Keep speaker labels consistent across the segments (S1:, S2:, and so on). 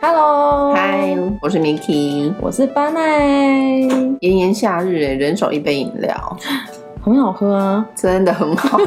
S1: Hello，
S2: 嗨，我是 Miki。
S1: 我是班奈，
S2: 炎炎夏日，哎，人手一杯饮料，
S1: 很好喝啊。
S2: 真的很好。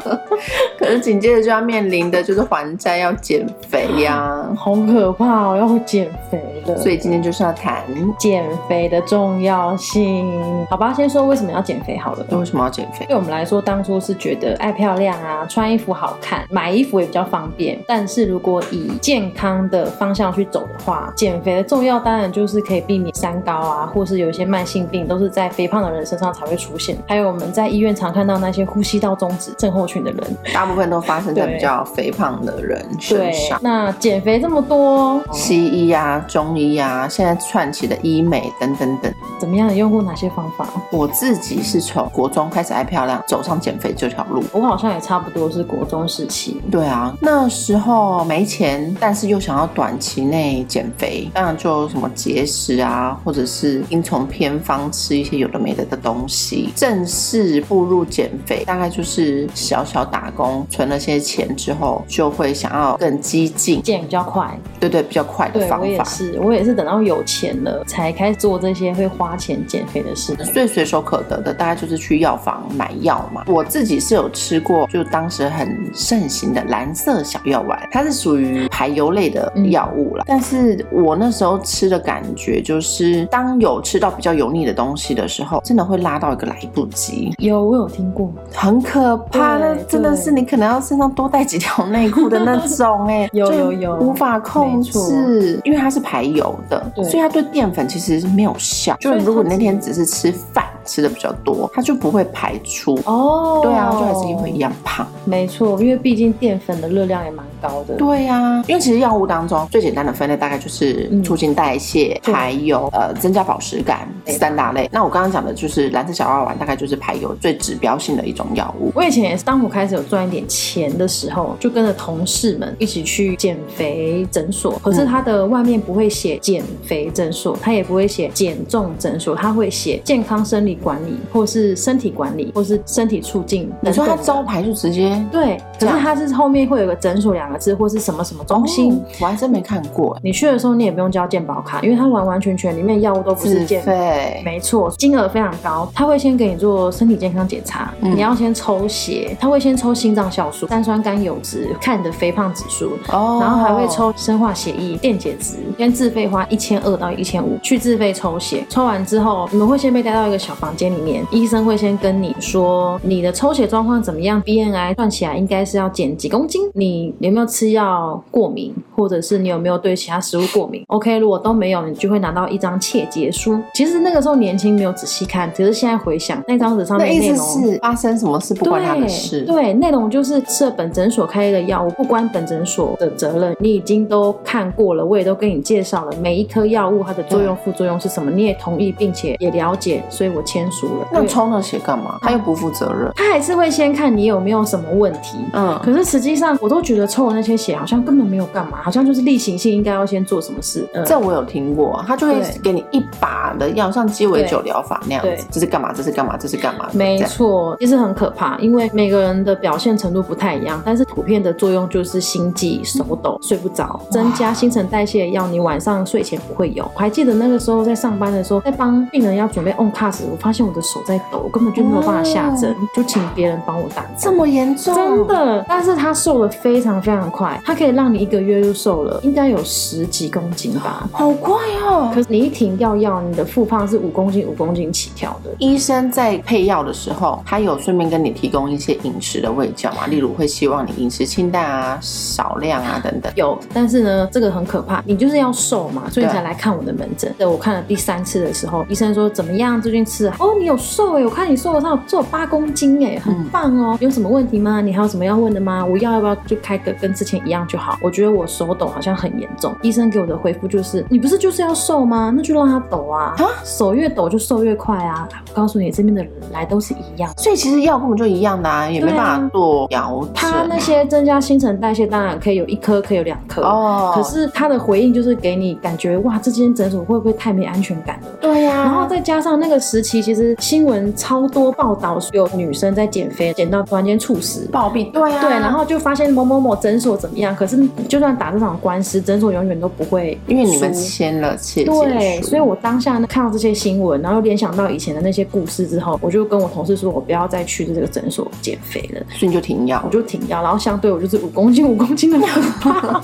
S2: 可是紧接着就要面临的就是还债，要减肥呀、
S1: 好可怕哦，要减肥了。
S2: 所以今天就是要谈
S1: 减肥的重要性，好吧，先说为什么要减肥好了。
S2: 为什么要减肥？
S1: 对我们来说，当初是觉得爱漂亮啊，穿衣服好看，买衣服也比较方便。但是如果以健康的方向去走的话，减肥的重要当然就是可以避免三高啊，或是有一些慢性病都是在肥胖的人身上才会出现。还有我们在医院常看到那些呼吸道中止症候群的人，
S2: 大部分都发生在
S1: 对
S2: 比较肥胖的人身
S1: 对
S2: 上，。
S1: 那减肥这么多，
S2: 西医呀、中医呀、现在串起的医美等等等。
S1: 怎么样？用过哪些方法？
S2: 我自己是从国中开始爱漂亮，走上减肥这条路。
S1: 我好像也差不多是国中时期，
S2: 对啊，那时候没钱，但是又想要短期内减肥，当然就什么节食啊，或者是听从偏方吃一些有的没的的东西。正式步入减肥，大概就是小小打工，存了些钱之后，就会想要更激进，
S1: 减比较快。
S2: 对对，比较快的
S1: 对
S2: 方
S1: 我也
S2: 法。
S1: 是，我也是等到有钱了才开始做这些会花钱减肥的事。
S2: 最随手可得的，大概就是去药房买药嘛。我自己是有吃过，就当时很盛行的蓝色小药丸，它是属于排油类的药物啦。但是我那时候吃的感觉就是，当有吃到比较油腻的东西的时候，真的会拉到一个来不及，
S1: 有，我有听过，
S2: 很可怕。
S1: 对
S2: 那真的
S1: 对
S2: 是你可能要身上多带几条内裤的那
S1: ，
S2: 种、哎
S1: 有
S2: 就
S1: 有有
S2: 无法控
S1: 没错
S2: 制，因为它是排油的，
S1: 对
S2: 所以它对淀粉其实没有效。就
S1: 所以它
S2: 如果你那天只是吃饭吃的比较多，它就不会排出。
S1: 哦，
S2: 对啊，就还是会一，样胖。
S1: 没错，因为毕竟淀粉的热量也蛮高的。
S2: 对呀、因为其实药物当中最简单的分类大概就是
S1: 嗯
S2: 促进代谢，
S1: 对
S2: 还有呃增加饱食感
S1: 对
S2: 三大类。那我刚刚讲的就是蓝色小药丸，大概就是排油最指标性的一种药物。
S1: 我以前也是，当我开始有赚一点钱的时候，就跟着同事们一起去减肥诊所。可是它的外面不会写减肥诊所，它也不会写减重诊所，它会写健康生理管理，或是身体管理，或是身体促进
S2: 你
S1: 等
S2: 说
S1: 等
S2: 它
S1: 的。
S2: 招牌就直接
S1: 对，可是
S2: 这样
S1: 它是后面会有个诊所两个字，或是什么什么中心。
S2: 哦我还真没看过、
S1: 你去的时候，你也不用交健保卡，因为它完完全全里面药物都不是
S2: 自
S1: 健
S2: 费。
S1: 没错，金额非常高，他会先给你做身体健康检查，
S2: 嗯
S1: 你要先抽血，他会先抽心脏酵素、三酸甘油脂，看你的肥胖指数。
S2: 哦
S1: 然后还会抽生化血液、电解质，先自费花一千二到一千五去自费抽血。抽完之后，你们会先被带到一个小房间里面，医生会先跟你说你的抽血状况怎么样，BMI 算起来应该是要减几公斤，你有没有吃药过敏，或者是你有没有对其他食物过敏？OK，如果都没有，你就会拿到一张切结书。其实那个时候年轻没有仔细看，只是现在回想那张纸上
S2: 那
S1: 面
S2: 意
S1: 内
S2: 思
S1: 容。
S2: 是发生什么事不
S1: 对
S2: 关他的事，
S1: 对，内容就是这本诊所开的药物，不关本诊所的责任。你已经都看过了，我也都跟你介绍了每一颗药物它的作用、副作用是什么，你也同意并且也了解，所以我签署了。
S2: 那
S1: 对
S2: 抽那血干嘛？
S1: 嗯
S2: 他又不负责任。
S1: 他还是会先看你有没有什么问题。
S2: 嗯，
S1: 可是实际上，我都觉得抽了那些血好像根本没有干嘛，好像就是例行性应该要先做什么事。嗯，
S2: 这我有听过，他就会
S1: 对
S2: 给你一把的药，像鸡尾酒疗法那样
S1: 对
S2: 子，这是干嘛？这是干嘛？这是干嘛？
S1: 没
S2: 这样。
S1: 错，其实很可怕，因为每个人的表现程度不太一样，但是普遍的作用就是心悸、手抖、睡不着，增加新陈代谢的药，你晚上睡前不会有。我还记得那个时候在上班的时候，在帮病人要准备 on cast，我发现我的手在抖，我根本就没有办法下针，就请别人帮我打针。
S2: 嗯这么严重？
S1: 真的，但是它瘦的非常非常快，它可以让你一个月就瘦了，应该有十几公斤吧。
S2: 好怪哦！
S1: 可是你一停掉药，你的复胖是五公斤、五公斤起跳的。
S2: 医生在配药的时候，他有顺便跟你提供一些饮食的喂教嘛，例如会希望你饮食清淡啊、少量啊等等。
S1: 有，但是呢，这个很可怕，你就是要瘦嘛，所以你
S2: 对
S1: 才来看我的门诊。对，我看了第三次的时候，医生说怎么样？最近吃啊？哦，你有瘦哎、我看你瘦了上有瘦八公斤哎、很棒哦、有什么问题吗？你还有什么要问的吗？我药要不要就开个跟之前一样就好？我觉得我手抖好像很严重，医生给我的回复就是，你不是就是要瘦吗？那就让它抖啊，
S2: 啊
S1: 手越抖就瘦越快啊。我告诉你，这边的人来都是一样。
S2: 所以其实药根本就一样的啊，也没
S1: 对啊
S2: 办法做调
S1: 它那
S2: 整。
S1: 些增加新陈代谢，当然可以有一颗，可以有两颗
S2: 哦
S1: 可是它的回应就是给你感觉，哇，这间诊所会不会太没安全感了？
S2: 对呀、
S1: 然后再加上那个时期，期其实新闻超多报道，有女生在减肥，减到突然间猝死。
S2: 暴毙，对啊，
S1: 对，然后就发现某某某诊所怎么样？可是你就算打这场官司，诊所永远都不会
S2: 因为你们
S1: 输
S2: 签了切结
S1: 对，
S2: 书
S1: 所以我当下呢看到这些新闻，然后联想到以前的那些故事之后，我就跟我同事说，我不要再去这个诊所减肥了，
S2: 所以你就停药
S1: 我，就停药。然后相对我就是五公斤、五公斤的可怕，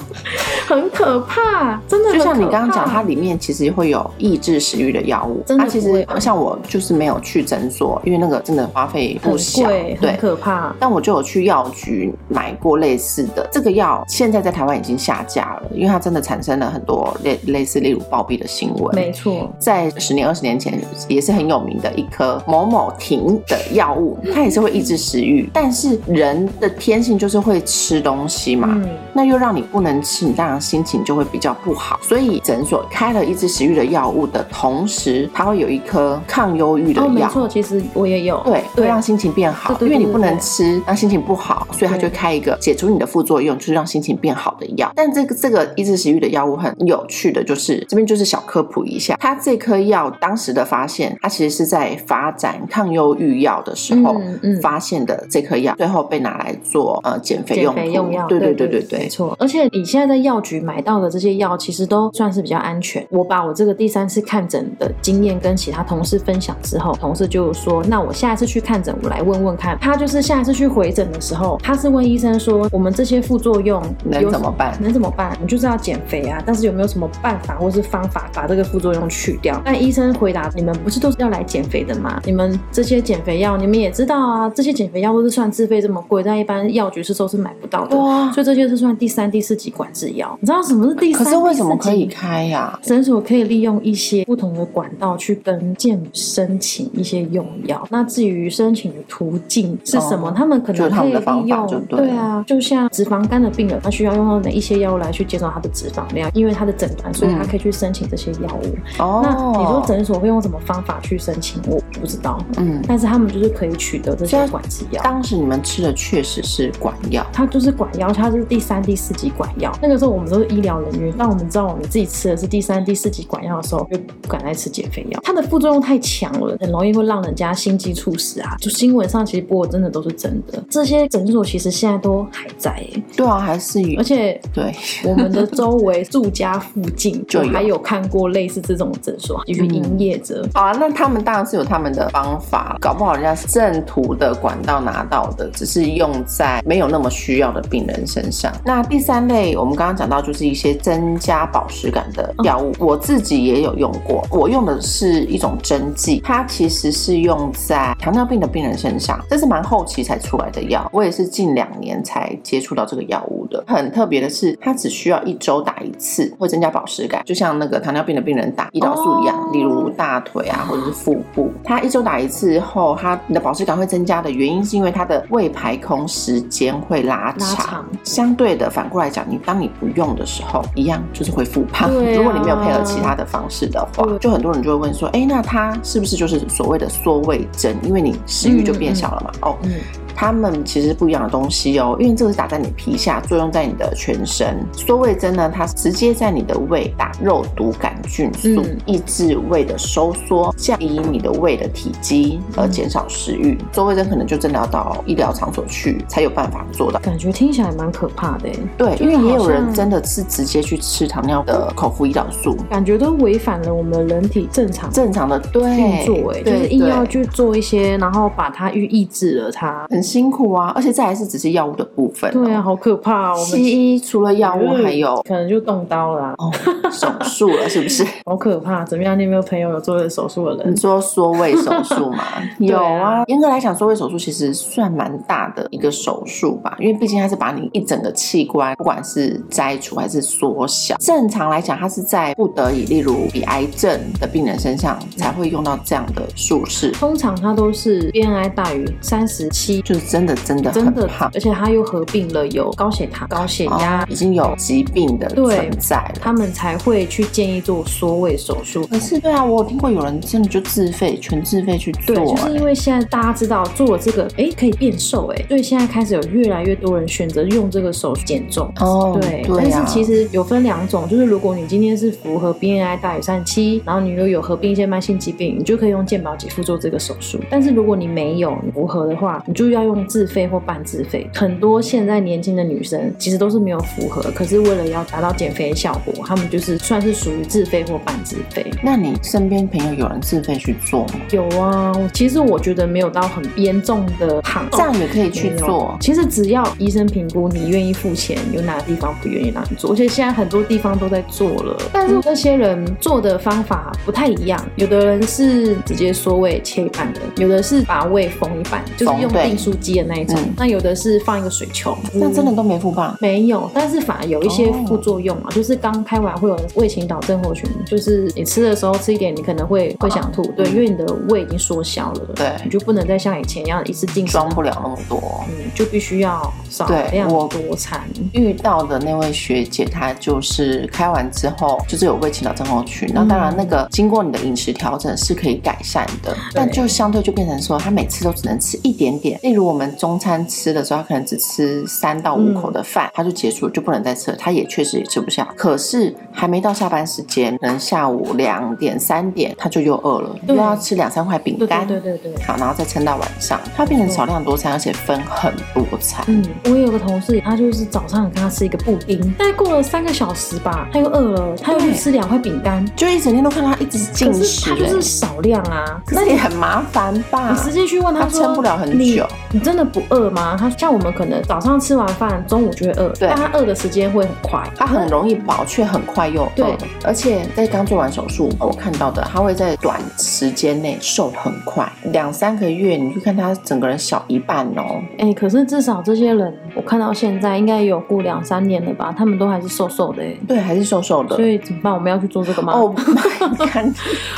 S1: 很可怕，真的很
S2: 就像你
S1: 可
S2: 刚刚讲，
S1: 怕
S2: 它里面其实会有抑制食欲的药物。啊
S1: 真的
S2: 它其
S1: 不会
S2: 实
S1: 吧
S2: 像我就是没有去诊所，因为那个真的花费
S1: 很
S2: 不小，
S1: 贵，很
S2: 对。
S1: 可怕。
S2: 但我就有去药局买过类似的这个药，现在在台湾已经下架了，因为它真的产生了很多类类似例如暴毙的新闻。
S1: 没错，
S2: 在十年、二十年前也是很有名的一颗某某婷的药物，
S1: 嗯
S2: 它也是会抑制食欲，但是人的天性就是会吃东西嘛，
S1: 嗯，
S2: 那又让你不能吃，你当然心情就会比较不好。所以诊所开了抑制食欲的药物的同时，它会有一颗抗忧郁的
S1: 哦，没
S2: 药。
S1: 错，其实我也有，
S2: 对，
S1: 对
S2: 会让心情变好，
S1: 对对对
S2: 因为你不能吃，让心情不好，所以它就开一个解除你的副作用，就是让心情变好的药。但这个这个抑制食欲的药物很有趣的，就是这边就是小科普一下，它这颗药当时的发现，它其实是在发展抗忧郁药的时候。
S1: 嗯嗯。
S2: 发现的这颗药，最后被拿来做呃减肥
S1: 减
S2: 用途
S1: 肥用药，
S2: 对
S1: 对
S2: 对对
S1: 没错。而且你现在在药局买到的这些药，其实都算是比较安全。我把我这个第三次看诊的经验跟其他同事分享之后，同事就说：“那我下一次去看诊，我来问问看。”他就是下一次去回诊的时候，他是问医生说：“我们这些副作用有
S2: 能怎么办？
S1: 能怎么办？你就是要减肥啊，但是有没有什么办法或是方法把这个副作用去掉？但医生回答：你们不是都是要来减肥的吗？你们这些减肥药，你们也知道啊，这些减肥药都是算自费这么贵，在一般药局是都是买不到的。
S2: 哇！
S1: 所以这就是算第三、第四级管制药。你知道什么是第三？
S2: 可是为什么可
S1: 第
S2: 以
S1: 四级？
S2: 开呀、
S1: 诊所可以利用一些不同的管道去跟健保申请一些用药。那至于申请的途径是什么，
S2: 哦
S1: 他们可
S2: 就
S1: 能
S2: 是他
S1: 可
S2: 们
S1: 以
S2: 的方
S1: 利
S2: 法
S1: 用
S2: 就对了
S1: 啊，就像脂肪肝的病人，他需要用到哪一些药物来去减少他的脂肪量，因为他的诊断，所以他可以去申请这些药物。
S2: 哦，
S1: 那你说诊所会用什么方法去申请？我不知道，
S2: 嗯，
S1: 但是他们就是可以取得这些管制药。
S2: 当时你们吃的确实是管药，
S1: 它就是管药，它就是第三、第四级管药。那个时候我们都是医疗人员，当我们知道我们自己吃的是第三、第四级管药的时候，就不敢再吃减肥药。它的副作用太强了，很容易会让人家心肌猝死啊。就新闻上其实播的真的都是真的，这些诊所其实现在都还在、欸，
S2: 对啊，还是有
S1: 而且。
S2: 对，
S1: 我们的周围住家附近，
S2: 就
S1: 我
S2: 有
S1: 还有看过类似这种诊所，有营业者，
S2: 好啊，那他们当然是有他们的方法，搞不好人家是正途的管道拿到的，只是用在没有那么需要的病人身上。那第三类，我们刚刚讲到就是一些增加饱食感的药物，我自己也有用过，我用的是一种针剂，它其实是用在糖尿病的病人身上，这是蛮后期才出来的药，我也是近两年才接触到这个药物的。很特别的是，它只需要一周打一次，会增加饱食感，就像那个糖尿病的病人打胰岛素一样，
S1: 哦
S2: 例如。大腿啊，或者是腹部。它一周打一次后，它你的饱食感会增加的原因，是因为它的胃排空时间会拉长。
S1: 拉长
S2: 相对的，反过来讲，你当你不用的时候，一样就是会复胖。
S1: 对啊
S2: 如果你没有配合其他的方式的话
S1: 对，
S2: 就很多人就会问说，哎，那它是不是就是所谓的缩胃针？因为你食欲就变小了嘛。哦，
S1: 嗯，
S2: 它们其实不一样的东西哦，因为这个是打在你皮下，作用在你的全身。缩胃针呢，它直接在你的胃打肉毒杆菌素，
S1: 嗯
S2: 抑制胃的收缩，降低你的胃的体积，而减少食欲。缩胃针可能就真的要到医疗场所去才有办法做到。
S1: 感觉听起来蛮可怕的欸，
S2: 对，
S1: 就是
S2: 因为也有
S1: 好
S2: 人
S1: 像
S2: 真的是直接去吃糖尿的口服胰岛素，
S1: 感觉都违反了我们人体正常
S2: 正常的对
S1: 运作、欸，
S2: 对
S1: 就是硬要
S2: 对
S1: 去做一些，然后把它抑制了它。
S2: 很辛苦啊，而且再来是只是药物的部分、
S1: 对啊，。好嗯可怕、哦！我们
S2: 西医除了药物，啊还有
S1: 可能就动刀了啊、
S2: 哦，手术了是不是？
S1: 好可怕！怎么样？你有没有朋友有做了手术的人
S2: 你？说缩胃手术嘛？有啊，严格来讲，缩胃手术其实算蛮大的一个手术吧，因为毕竟它是把你一整个器官，不管是摘除还是缩小。正常来讲，它是在不得已，例如比癌症的病人身上才会用到这样的术式，
S1: 通常他都是 BMI 大于三十七，
S2: 就是真的真的
S1: 真
S2: 很
S1: 的
S2: 胖，，
S1: 而且他又合并了有高血糖、高血
S2: 哦
S1: 压，
S2: 已经有疾病的
S1: 对
S2: 存在了。
S1: 他们才才会去建议做缩胃手术。
S2: 可是对啊，我有听过有人真的就自费全自费去做、
S1: 对，
S2: 欸，
S1: 就是因为现在大家知道做了这个，哎，可以变瘦，哎，所以现在开始有越来越多人选择用这个手术减重。
S2: 哦，
S1: 对，
S2: 对啊
S1: 但是其实有分两种，就是如果你今天是符合 BMI 大于三七，然后你又有合并一些慢性疾病，你就可以用健保给付做这个手术。但是如果你没有你符合的话，你就要用自费或半自费。很多现在年轻的女生其实都是没有符合，可是为了要达到减肥效果，她们就是算是属于自费或半自费。
S2: 那你身边朋友有人自费去做吗？
S1: 有啊，其实我觉得没有到很严重的胖，
S2: 这样也可以去做。
S1: 其实只要医生评估你愿意付钱，有哪个地方不愿意让你做，而且现在很多地方都在做了，但是那些人做的方法不太一样，有的人是直接缩胃切一半的，有的是把胃缝一半，就是
S2: 缝
S1: 用
S2: 对
S1: 订书机的那一种
S2: 嗯，
S1: 那有的是放一个水球，
S2: 那真的
S1: 嗯。
S2: 都没付吧？
S1: 没有，但是反而有一些
S2: 哦
S1: 副作用啊，就是刚开完会有胃倾倒症候群，就是你吃的时候吃一点，你可能会会想吐，对，因为你的胃已经缩小了，
S2: 啊嗯对
S1: 你就不能再像以前一样一次进食
S2: 装不了那么多。
S1: 嗯，就必须要少
S2: 对
S1: 量
S2: 我
S1: 多餐。
S2: 遇到的那位学姐，她就是开完之后就是有胃倾倒症候群，那
S1: 嗯
S2: 当然那个经过你的饮食调整是可以改善
S1: 嗯
S2: 的，但就相对就变成说，她每次都只能吃一点点。例如我们中餐吃的时候，她可能只吃三到五
S1: 嗯
S2: 口的饭，她就结束了，就不能再吃了，她也确实也吃不下。可是还没到下班时间，可能下午两点三点，她就又饿了，又
S1: 对
S2: 要吃两三块饼
S1: 对对
S2: 干。
S1: 对对对。
S2: 好，然后再撑到晚上，它变成少量多餐，而且分很多餐。
S1: 嗯，我也有个同事，他就是早上跟他吃一个布丁，大概过了三个小时吧，他又饿了，他又去
S2: 对
S1: 吃两块饼干，
S2: 就一整天都看到他一直进
S1: 可
S2: 食、
S1: 是他就
S2: 欸
S1: 是少量啊。
S2: 可是也很麻烦吧？
S1: 你直接去问
S2: 他
S1: 说，
S2: 撑不了很久。
S1: 你，你真的不饿吗？他像我们可能早上吃完饭，中午就会饿，
S2: 对
S1: 但他饿的时间会很快。
S2: 他很容易饱，却很快又饿
S1: 对
S2: 而且在刚做完手术，我看到的，他会在短时间内瘦很快，两三个月，你就看他整个人小一半哦。
S1: 哎、可是至少这些人，我看到现在应该有过两三年了吧，他们都还是瘦瘦的、欸，
S2: 对，还是瘦瘦的
S1: 所。以怎么办？我们要去做这个吗？
S2: 哦， 你看，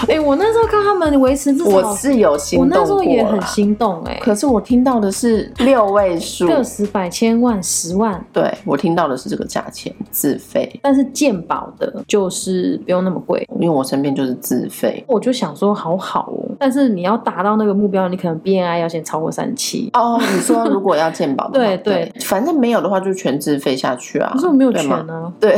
S1: 哎、我那时候看他们维持至少，
S2: 我是有心
S1: 我
S2: 动过
S1: 那时候也很
S2: 啦
S1: 心动哎、
S2: 可是我听到的是六位数，
S1: 个十百千万十万，
S2: 对我听到的是这个价钱自费，
S1: 但是健保的就是不用那么贵。
S2: 因为我身边就是自费。
S1: 我就想说，好好哦，但是你要达到那个目标，你可能 BNI 要先超过三七。
S2: 哦，你说如果要健保的话，
S1: 对对
S2: 反正没有的话就全自费下去啊。
S1: 可是我没有
S2: 对
S1: 钱
S2: 吗？
S1: 呢、
S2: 对，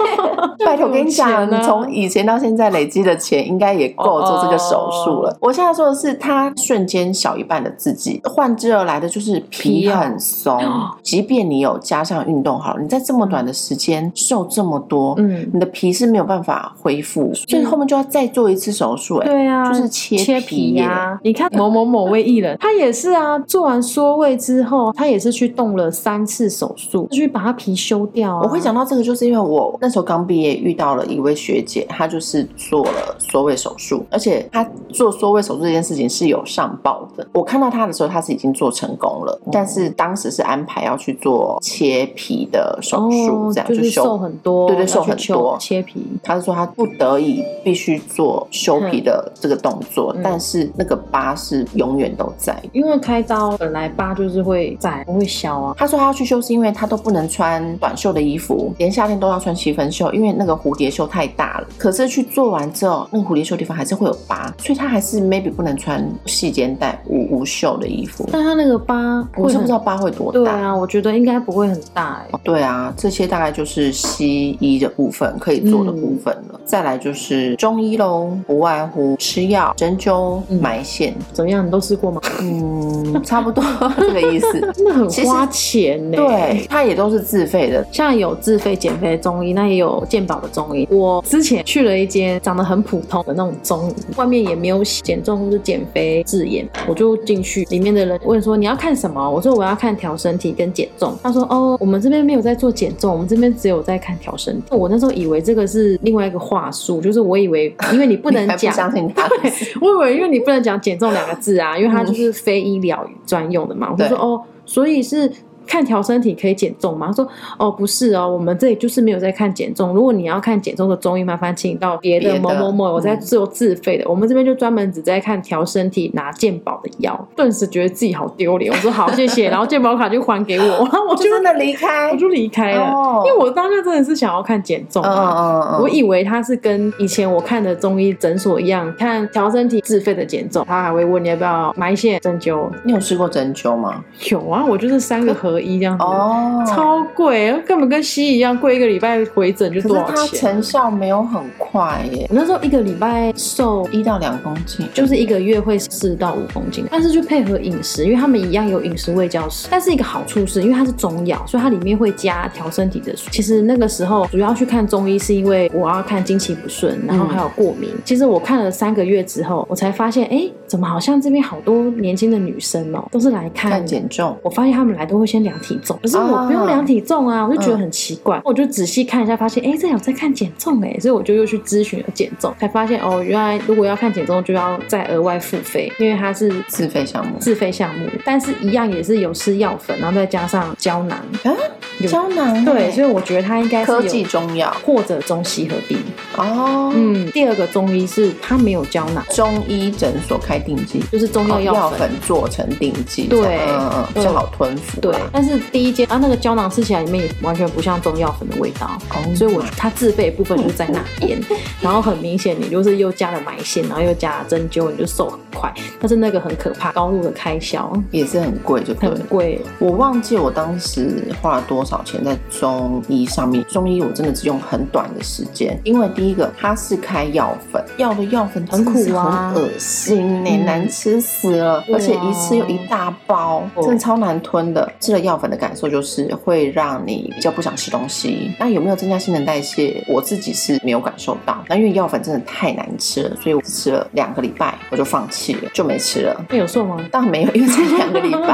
S2: 拜托，我跟你讲，
S1: 没有钱啊
S2: 你从以前到现在累积的钱，应该也够做这个手术
S1: 哦
S2: 了。我现在说的是，他瞬间小一半的自己，换之而来的就是皮
S1: 皮哦
S2: 很松。 即便你有加上运动好了，你在这么短的时间瘦这么多，
S1: 嗯，
S2: 你的皮是没有办法恢复，所以后面就要再做一次手术、哎，
S1: 对啊，
S2: 就是切
S1: 切
S2: 皮
S1: 皮啊
S2: 耶
S1: 呀、你看某某某位艺人，他也是啊，做完缩胃之后，他也是去动了三次手术，去把他皮修掉、啊。
S2: 我会讲到这个，就是因为我那时候刚毕业，遇到了一位学姐，她就是做了缩胃手术，而且她做缩胃手术这件事情是有上报的。我看到她的时候，她是已经做成功
S1: 哦
S2: 了，但是当时是安排要去做切皮的手术，
S1: 哦
S2: 这样
S1: 就是
S2: 修
S1: 瘦很多，
S2: 对对
S1: 然后
S2: 瘦
S1: 去
S2: 很
S1: 修
S2: 多
S1: 切皮。
S2: 他是说他不得已必须做修皮的这个动作，
S1: 嗯
S2: 但是那个疤是永远都在的。
S1: 因为开刀本来疤就是会在，不会消啊。
S2: 他说他要去修是因为他都不能穿短袖的衣服，连夏天都要穿七分袖，因为那个蝴蝶袖太大了。可是去做完之后，那个蝴蝶袖地方还是会有疤， 所以他还是 maybe 不能穿细肩带无无袖的衣服。
S1: 但它那个疤会很，
S2: 我是不知道疤会多
S1: 对
S2: 大。
S1: 啊，我觉得应该不会很大哎、
S2: 对啊，这些大概就是西医的部分可以做的部分了。再来就是中医喽，不外乎吃药、针灸、
S1: 嗯
S2: 埋线，
S1: 怎么样？你都吃过吗？
S2: 嗯，差不多这个意思。
S1: 真的很
S2: 其实
S1: 花钱欸呢、
S2: 对，它也都是自费的，
S1: 像有自费减肥的中医，那也有健保的中医。我之前去了一间长得很普通的那种中医，外面也没有写减重或者减肥字眼，我就进去，里面的人问说你要看什么？我说我要看调身体跟减重。他说哦，我们这边没有在做减重，我们这边只有在看调身体。我那时候以为这个是另外一个话术，就是我以为因为你不能
S2: 你还
S1: 讲
S2: 不。相信它。
S1: 对， 我以为因为你不能讲减重两个字啊，因为它就是非医疗专用的嘛。我就说
S2: 嗯对
S1: 哦，所以是看调身体可以减重吗？”他说：“哦，不是哦，我们这里就是没有在看减重。如果你要看减重的中医，麻烦请到别
S2: 别
S1: 的
S2: 的嗯
S1: 某某某，我在做自费的。我们这边就专门只在看调身体拿健保的药。”顿时觉得自己好丢脸，我说：“好，谢谢。”然后健保卡就还给我，然 后我就
S2: 就真的离开
S1: 我。就离开了，
S2: 哦
S1: 因为我当下真的是想要看减重
S2: 嗯
S1: 啊。
S2: 嗯嗯，
S1: 我以为他是跟以前我看的中医诊所一样，看调身体自费的减重，他还会问你要不要买一些针灸。
S2: 你有试过针灸吗？
S1: 有啊，我就是三个合一这样子，
S2: 哦，
S1: 超贵，根本跟西医一样，贵一个礼拜回诊就
S2: 可
S1: 多
S2: 是
S1: 少
S2: 它
S1: 钱？
S2: 成效没有很快耶，
S1: 我那时候一个礼拜瘦
S2: 一到两公斤。
S1: 就是一个月会四到五公斤，但是就配合饮食，因为他们一样有饮食味教师。但是一个好处是，因为它是中药，所以它里面会加调身体的水。其实那个时候主要去看中医，是因为我要看经期不顺，然后还有过敏。其实我看了三个月之后，我才发现，哎，怎么好像这边好多年轻的女生哦、都是来
S2: 看
S1: 看
S2: 减重，
S1: 我发现他们来都会先量体重，可是我不用量体重啊，我就觉得很奇怪。我就仔细看一下，发现哎、诶这有在看减重哎、所以我就又去咨询了减重，才发现哦，原来如果要看减重就要再额外付费，因为它是
S2: 自费项目
S1: 自费项目，但是一样也是有吃药粉，然后再加上胶囊。
S2: 啊，
S1: 有
S2: 胶囊
S1: 对，
S2: 耶
S1: 所以我觉得它应该是有
S2: 科技中药
S1: 或者中西合并。
S2: 哦，
S1: 嗯，第二个中医是它没有胶囊，
S2: 中医诊所开定剂，
S1: 就是中药
S2: 哦
S1: 药
S2: 药
S1: 粉。
S2: 粉做成定剂，
S1: 对
S2: 这样嗯嗯，嗯比较好吞服
S1: 对
S2: 啦，，
S1: 但是第一间啊，那个胶囊吃起来里面也完全不像中药粉的味道。
S2: 哦
S1: 所以我它自费的部分就是在那边，然后很明显你就是又加了埋线，然后又加了针灸，你就瘦很快，但是那个很可怕，高度的开销
S2: 也是很贵，就对了
S1: 很。贵，
S2: 我忘记我当时花了多少钱在中医上面。中医我真的只用很短的时间，因为第一个它是开药粉，药的药粉
S1: 很苦
S2: 真的是
S1: 啊
S2: 很恶心呢、
S1: 嗯
S2: 难吃死了，
S1: 对啊
S2: 而且一次又一大包，
S1: 哦
S2: 真的超难吞的。吃了药粉的感受就是会让你比较不想吃东西。那有没有增加新陈代谢？我自己是没有感受到。那因为药粉真的太难吃了，所以我只吃了两个礼拜我就放弃了，就没吃了。
S1: 那有瘦吗？
S2: 但没有，因为才两个礼拜，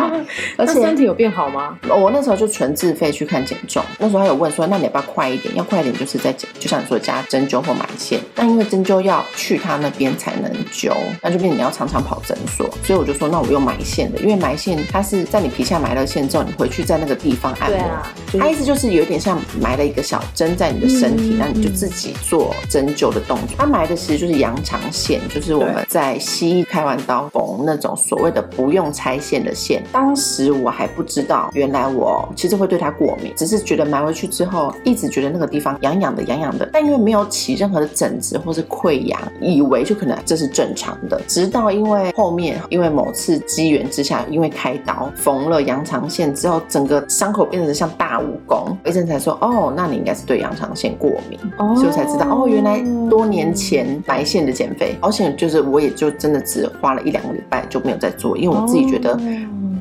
S1: 那
S2: 而且
S1: 身体有变好吗？
S2: 我那时候就纯自费去看减重，那时候还有问说，那你要不要快一点？要快一点就是在减，就像你说加针灸或埋线。那因为针灸要去他那边才能灸，那就变成你要常常跑诊所，所以我就说，那我用埋线的，因为埋线它是在你皮下埋了线之后，你回去在那个地方按
S1: 对
S2: 摩。
S1: 啊，就
S2: 它
S1: 是
S2: 意思就是有点像埋了一个小针在你的身体
S1: 嗯，
S2: 那、你就自己做针灸的动作。它埋的其实就是羊肠线，就是我们在西医开完刀缝那种所谓的不用拆线的线。当时我还不知道，原来我其实会对它过敏，只是觉得埋回去之后一直觉得那个地方痒痒的、痒痒的，但因为没有起任何的疹子或是溃疡，以为就可能这是正常的。直到因为后面因为某次机缘之下，因为开刀缝了羊肠线之后，整个伤口变成像大蜈蚣，医生才说哦，那你应该是对羊肠线过敏，
S1: 哦
S2: 所以我才知道哦，原来多年前埋线的减肥，而且就是我也就真的只花了一两个礼拜就没有再做，因为我自己觉得
S1: 哦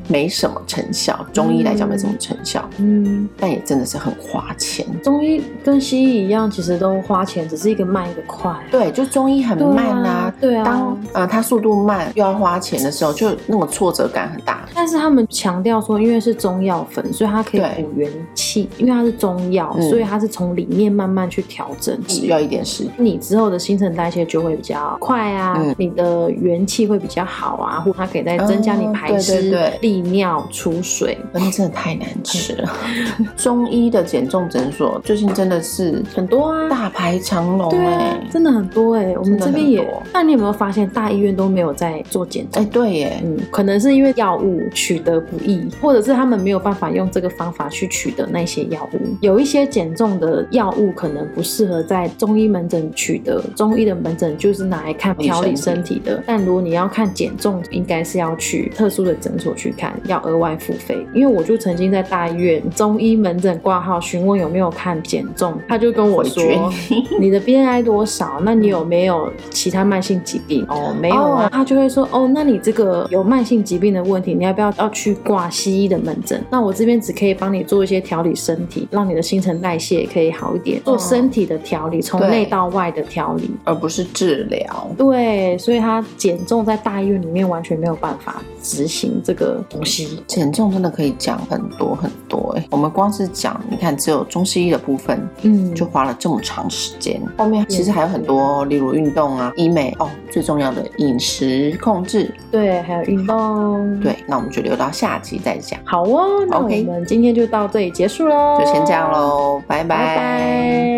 S2: 没什么成效，中医来讲没什么成效，
S1: 嗯，
S2: 但也真的是很花钱。
S1: 中医跟西医一样，其实都花钱，只是一个慢一个快。
S2: 对，就中医很慢啊，
S1: 对啊对啊
S2: 当呃它速度慢又要花钱的时候，就那种挫折感很大。
S1: 但是他们强调说，因为是中药粉，所以它可以
S2: 对
S1: 补元气，因为它是中药，
S2: 嗯
S1: 所以它是从里面慢慢去调整。
S2: 需要一点时间。
S1: 你之后的新陈代谢就会比较快啊，
S2: 嗯
S1: 你的元气会比较好啊，或它可以再增加你排湿、
S2: 哦对对对
S1: 利尿、储水。
S2: 而且真的太难吃 了。中医的减重诊所最近真的是
S1: 很多啊
S2: 大排长龙
S1: 对
S2: 哎、
S1: 啊，真的很多哎、我们这边
S2: 真
S1: 也
S2: 的很多。
S1: 那你有没有发现大医院都没有在做减
S2: 哎、
S1: 重？
S2: 对耶，
S1: 嗯，可能是因为药物取得不易，或者是他们没有办法用这个方法去取得那些药物。有一些减重的药物可能不适合在中医门诊取得，中医的门诊就是拿来看调理身体的。但如果你要看减重，应该是要去特殊的诊所去看，要额外付费。因为我就曾经在大医院中医门诊挂号询问有没有看减重，他就跟我说
S2: 回绝。
S1: 你的 BMI 多少？那你有没有其他慢性疾病？哦，没有啊。
S2: 哦
S1: 他就会说，哦，那你这个有慢性疾病的问题，你要不要要去挂西医的门诊？那我这边只可以帮你做一些调理身体，让你的新陈代谢可以好一点，做身体的调理，从内到外的调理。
S2: 而不是治疗。
S1: 对，所以他减重在大医院里面完全没有办法执行这个东西。
S2: 减重真的可以讲很多很多哎、我们光是讲，你看只有中西医的部分
S1: 嗯，
S2: 就花了这么长时间，后面其实还有很多，例如运动啊、医美哦，最重要的饮食控制。
S1: 对，还有运动。，
S2: 对，那我们就留到下集再讲，
S1: 好哦，那我
S2: OK
S1: 们今天就到这里结束喽，
S2: 哦就先这样。喽，拜
S1: 拜拜